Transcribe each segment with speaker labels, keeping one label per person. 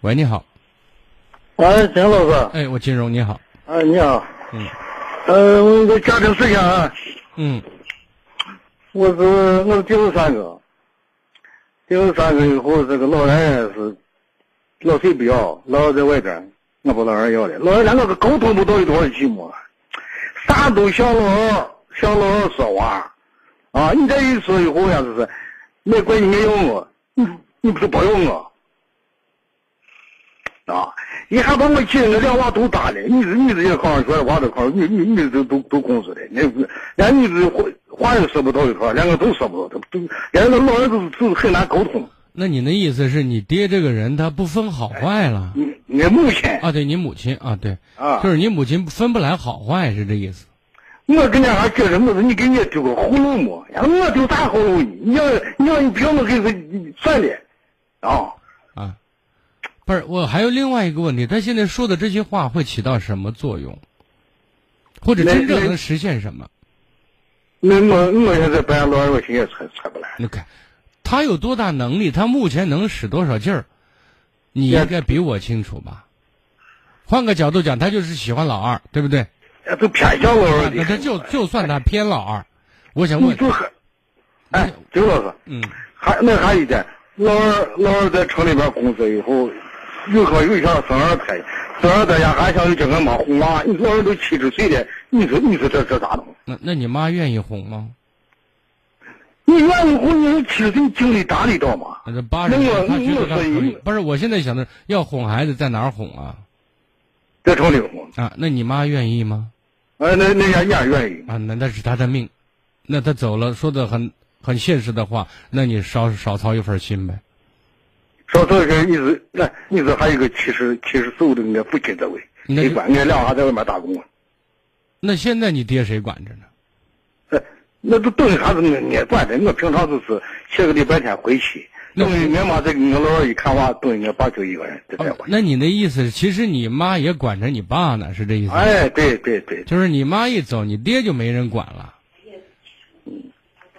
Speaker 1: 喂，你好，
Speaker 2: 哎，田老师，
Speaker 1: 哎，我金荣，你好，
Speaker 2: 哎，你好，
Speaker 1: 嗯
Speaker 2: 呃，我有个家庭事情啊，
Speaker 1: 嗯
Speaker 2: 我是我是第十三个，第十三个以后，这个老人是老谁不要，老在外边，我把老人要了，老人连我个沟通不到有多少寂寞，啊啥都向老二向老二说话，啊，你这一说以后呀，就是没怪你没用我，你你不是不用我。啊！一下把我气的，我两娃都打了。你是你是也考上学，娃都考上，你你你都都都工作了。那是连你是话话也说不到一块儿，连我都说不到，都都连个老人都都很难沟通。
Speaker 1: 那你的意思是你爹这个人他不分好坏了
Speaker 2: 你你母亲
Speaker 1: 啊？对你母亲啊，对，
Speaker 2: 啊
Speaker 1: 就是你母亲分不来好坏是这意思。
Speaker 2: 我跟人家解释，我说你给人家丢个葫芦么？人家我丢啥葫芦呢？你要你要你不要我给他算了，啊！
Speaker 1: 啊，不是，我还有另外一个问题，他现在说的这些话会起到什么作用，或者
Speaker 2: 那
Speaker 1: 真正
Speaker 2: 那
Speaker 1: 能实现什么？
Speaker 2: 那我我现在白老二，我心也揣揣不来。
Speaker 1: 你看，他有多大能力，他目前能使多少劲儿，你
Speaker 2: 也
Speaker 1: 应该比我清楚吧？换个角度讲，他就是喜欢老二，对不对？
Speaker 2: 哎都偏向老
Speaker 1: 啊
Speaker 2: 二的
Speaker 1: 那他。就就算他偏老二，我想
Speaker 2: 你
Speaker 1: 问，
Speaker 2: 就很，哎，周老师。
Speaker 1: 嗯
Speaker 2: 还那还有一点，老二老二在城里边工作以后，有个有一项生二胎，生二胎呀还想有这个妈哄娃，你老二都七十岁了，你说你说这这咋弄？
Speaker 1: 那那你妈愿意哄吗？
Speaker 2: 你愿意哄，你有七十岁精力打理到吗？
Speaker 1: 那这八十
Speaker 2: 那
Speaker 1: 岁，
Speaker 2: 我
Speaker 1: 她觉得她
Speaker 2: 那我
Speaker 1: 可
Speaker 2: 所以
Speaker 1: 以。不是，我现在想的是要哄孩子在哪儿哄啊？
Speaker 2: 在城里哄，
Speaker 1: 啊，那你妈愿意吗？
Speaker 2: 哎，那那人家愿意，
Speaker 1: 啊，那那是他的命，那他走了，说的很很现实的话，那你少少操一份心呗。
Speaker 2: 说这个你是那你是还有一个七十七十四的那个父亲在位，
Speaker 1: 那
Speaker 2: 你管俺俩还在外面打工，啊
Speaker 1: 那现在你爹谁管着呢？
Speaker 2: 哎，那都等于啥子我我管的，我平常就是下个礼拜天回去。
Speaker 1: 那
Speaker 2: 等于俺妈这个我老二一看娃，等于俺爸就一个人在在
Speaker 1: 啊
Speaker 2: 外面。
Speaker 1: 那你的意思是，其实你妈也管着你爸呢，是这意思吗？
Speaker 2: 哎，对对对，
Speaker 1: 就是你妈一走，你爹就没人管了，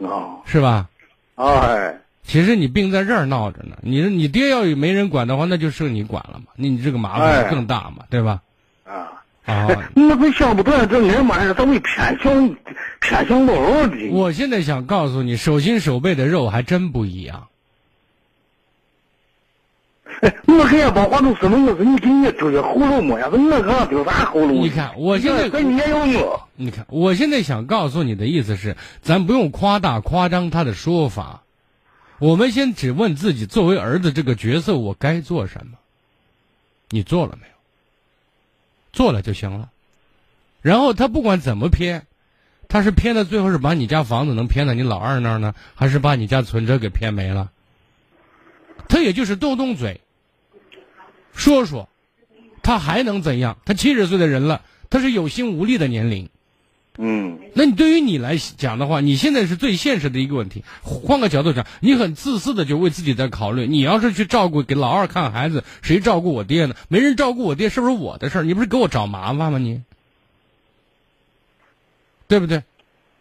Speaker 2: 啊、
Speaker 1: 是吧？
Speaker 2: 哎，
Speaker 1: 其实你病在这儿闹着呢，你你爹要是没人管的话，那就剩你管了嘛，那你这个麻烦
Speaker 2: 哎
Speaker 1: 就更大嘛，对吧？
Speaker 2: 啊，
Speaker 1: 啊，
Speaker 2: 哎，我都想不到这人嘛，咋会偏向偏向老二的？
Speaker 1: 我现在想告诉你，手心手背的肉还真不一样。
Speaker 2: 哎，我给人家把话都说了，我说你给人家丢个葫芦么呀？我给俺丢啥葫芦？
Speaker 1: 你看我现在
Speaker 2: 跟你也有我，
Speaker 1: 你看，我现在想告诉你的意思是，咱不用夸大夸张他的说法，我们先只问自己，作为儿子这个角色，我该做什么？你做了没有？做了就行了。然后他不管怎么偏，他是偏到最后是把你家房子能偏到你老二那儿呢，还是把你家存折给偏没了？他也就是动动嘴，说说，他还能怎样？他七十岁的人了，他是有心无力的年龄。
Speaker 2: 嗯，
Speaker 1: 那你对于你来讲的话，你现在是最现实的一个问题。换个角度讲，你很自私的就为自己在考虑。你要是去照顾给老二看孩子，谁照顾我爹呢？没人照顾我爹，是不是我的事儿？你不是给我找麻烦吗？你，对不对？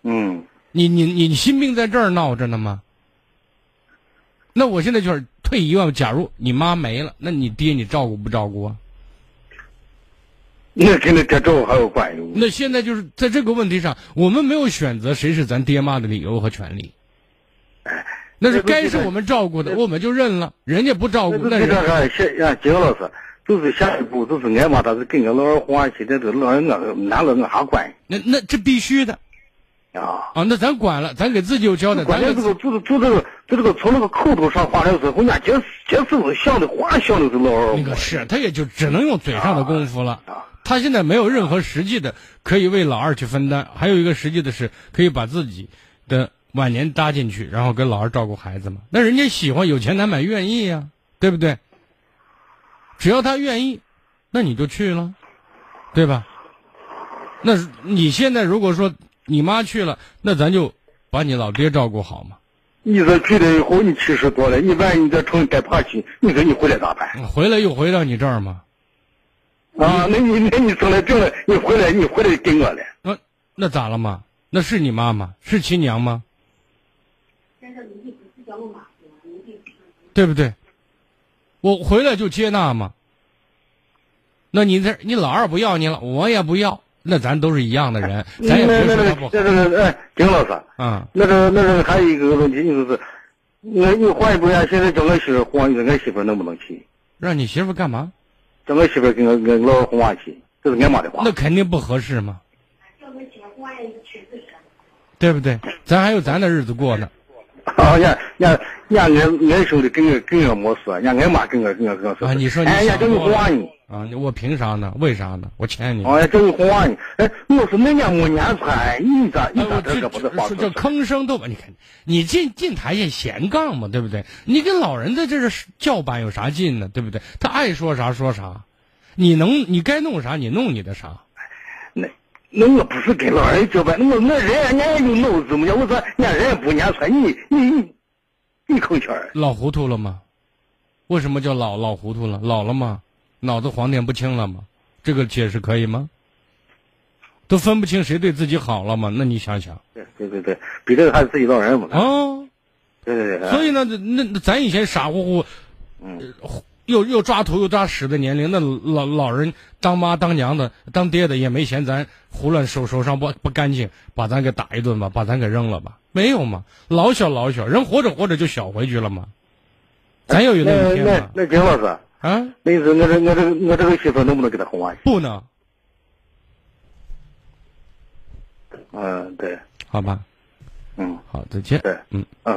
Speaker 2: 嗯，
Speaker 1: 你你你你心病在这儿闹着呢吗？那我现在就是退一万步，假如你妈没了，那你爹你照顾不照顾啊？
Speaker 2: 那跟那这周还有关系？
Speaker 1: 那现在就是在这个问题上，我们没有选择谁是咱爹妈的理由和权利，那是该是我们照顾的，我们就认了。人家不照顾，
Speaker 2: 那
Speaker 1: 那
Speaker 2: 这
Speaker 1: 人
Speaker 2: 个谢啊，金老师，就是下一步就是俺妈，她是跟俺老二混起来，这老二我拿了俺啥关系
Speaker 1: 那那这必须的
Speaker 2: 啊？
Speaker 1: 啊！那咱管了，咱给自己有 交代，
Speaker 2: 关
Speaker 1: 咱
Speaker 2: 键
Speaker 1: 给
Speaker 2: 这个就是就这个就这个从那个口头上话来说，人家这这是我想的话想的是老二
Speaker 1: 那个是他也就只能用嘴上的功夫了。
Speaker 2: 啊，
Speaker 1: 他现在没有任何实际的可以为老二去分担，还有一个实际的是可以把自己的晚年搭进去，然后跟老二照顾孩子嘛。那人家喜欢，有钱难买愿意呀、对不对？只要他愿意，那你就去了，对吧？那是你现在如果说你妈去了，那咱就把你老爹照顾好嘛。
Speaker 2: 你这去了以后你七十多了，你万一你在城里待不下去，你说你回来咋办？
Speaker 1: 回来又回到你这儿嘛，
Speaker 2: 啊，那你那你成了这了，你回来你回来给我了，
Speaker 1: 那那咋了嘛？那是你妈吗？是亲娘吗？对不对？我回来就接纳嘛。那你这你老二不要你了，我也不要，那咱都是一样的人，咱也
Speaker 2: 那
Speaker 1: 不是
Speaker 2: 那
Speaker 1: 说
Speaker 2: 那
Speaker 1: 他不好
Speaker 2: 那那个哎，丁老师，
Speaker 1: 啊。
Speaker 2: 那个那个还有一个问题就是，我我换不愿，现在叫我媳妇儿换，我媳妇儿能不能去？
Speaker 1: 让你媳妇儿干嘛？
Speaker 2: 叫我媳妇儿跟我跟老二换去，这是俺妈的话
Speaker 1: 那。肯定不合适嘛，
Speaker 3: 叫他结婚娶个媳妇。
Speaker 1: 对不对？咱还有咱的日子过呢。
Speaker 2: 啊，呀呀呀！俺俺兄弟跟我跟我没啊说，让俺妈跟我跟我跟我说。
Speaker 1: 啊你说你嗯
Speaker 2: 哎呀，
Speaker 1: 想
Speaker 2: 叫你
Speaker 1: 多了
Speaker 2: 换你，
Speaker 1: 啊，我凭啥呢？为啥呢？我欠你。
Speaker 2: 哎呀，叫你换你。哎，我是人家没年穿，你咋你
Speaker 1: 哎，
Speaker 2: 咋
Speaker 1: 我
Speaker 2: 这
Speaker 1: 这
Speaker 2: 个不是
Speaker 1: 这
Speaker 2: 话
Speaker 1: 这
Speaker 2: 说
Speaker 1: 这吭声都把你看，你进进台也闲杠嘛，对不对？你跟老人在这儿叫板有啥劲呢？对不对？他爱说啥说啥，你能你该弄啥你弄你的啥。
Speaker 2: 那那我不是跟老人交班，我我人家人家有脑子嘛，我说人家人家不年穿，你你你你扣钱儿
Speaker 1: 老糊涂了吗？为什么叫老老糊涂了？老了吗？脑子黄点不清了吗？这个解释可以吗？都分不清谁对自己好了吗？那你想想
Speaker 2: 对对对对，比这个还是自己老人嘛。
Speaker 1: 啊、哦
Speaker 2: 对对对。
Speaker 1: 所以呢，那那咱以前傻乎乎，
Speaker 2: 哎嗯
Speaker 1: 呃又又抓土又抓屎的年龄，那老老人当妈当娘的当爹的也没嫌咱胡乱手手上不不干净，把咱给打一顿吧，把咱给扔了吧？没有嘛，老小老小，人活着活着就小回去了嘛，咱又有那
Speaker 2: 那
Speaker 1: 一天
Speaker 2: 那
Speaker 1: 嘛
Speaker 2: 那金老师，
Speaker 1: 啊？
Speaker 2: 哎那意思我这我这我这个媳妇能不能给啊他换？
Speaker 1: 不能。
Speaker 2: 嗯，对，
Speaker 1: 好吧，
Speaker 2: 嗯
Speaker 1: 好，再见。
Speaker 2: 对，
Speaker 1: 嗯。
Speaker 2: 嗯。